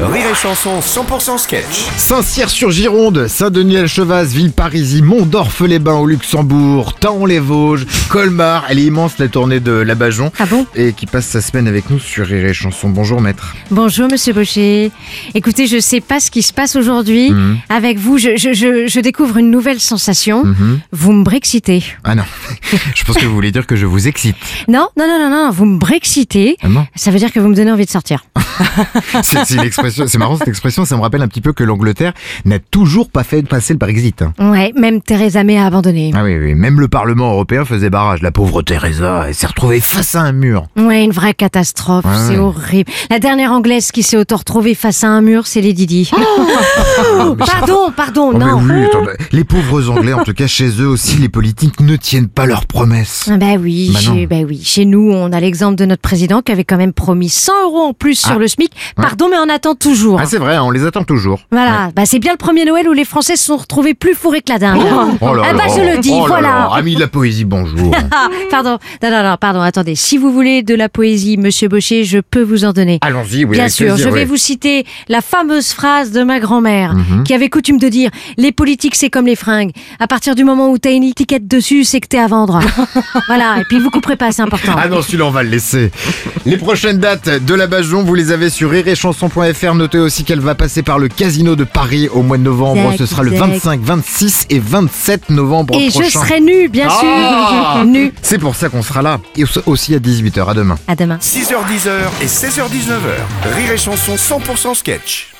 Rire et Chanson 100% sketch. Saint-Cyr sur Gironde, Saint-Denis-la-Chevasse, Villeparisis, Mondorf-les-Bains au Luxembourg, Taon-les-Vosges, Colmar. Elle est immense la tournée de Labajon. Ah bon Et qui passe sa semaine avec nous sur Rire et Chanson. Bonjour maître. Bonjour Monsieur Baucher. Écoutez, je sais pas ce qui se passe aujourd'hui Mhm. avec vous. Je, je- je- je découvre une nouvelle sensation. Mhm. Vous me brexitez. Ah non, je pense que vous voulez dire que je vous excite. Non, non, non, non, non. Vous me brexitez. Ah non Ça veut dire que vous me donnez envie de sortir. C'est c'est l'expression- c'est marrant cette expression, ça me rappelle un petit peu que l'Angleterre n'a toujours pas fait passer le Brexit. hein. Ouais, même Theresa May a abandonné. Ah oui, oui, même le Parlement européen faisait barrage. La pauvre Teresa, elle s'est retrouvée face à un mur. Ouais, une vraie catastrophe. Ah. Ouais. C'est horrible. La dernière Anglaise qui s'est autant retrouvée face à un mur, c'est Lady Di. pardon, pardon, Oh, mais non. oui, attends, les pauvres Anglais, en tout cas chez eux aussi, les politiques ne tiennent pas leurs promesses. Ah Bah oui, Bah non. chez, bah oui, chez nous, on a l'exemple de notre président qui avait quand même promis 100 euros en plus sur le SMIC. Pardon, mais on attend toujours. Ah c'est vrai, on les attend toujours. Voilà, bah c'est bien le premier Noël où les Français se sont retrouvés plus fourrés que la dinde. Oh là ah bah là, je le dis, oh là là, voilà. Amis de la poésie, bonjour. Ah, pardon, non, non, non, pardon, attendez. Si vous voulez de la poésie, monsieur Baucher, je peux vous en donner. Allons-y, oui. Bien avec sûr, Ah, plaisir, je vais oui. Mhm. vous citer la fameuse phrase de ma grand-mère, qui avait coutume de dire Les politiques, c'est comme les fringues. À partir du moment où t'as une étiquette dessus, c'est que t'es à vendre. voilà, et puis vous couperez pas, c'est important. Ah non, celui-là, on va le laisser. Les prochaines dates de la Bajon, vous les avez sur rirechanson.fr. Notez aussi qu'elle va passer par le Casino de Paris au mois de novembre. Exact, Ce sera le exact. 25, 26 et 27 novembre et prochain. je serai nue, bien sûr. Ah nue. C'est pour ça qu'on sera là. Et aussi à 18h. À demain. À demain. 6h10h et 16h19h. Rire et Chanson 100% sketch.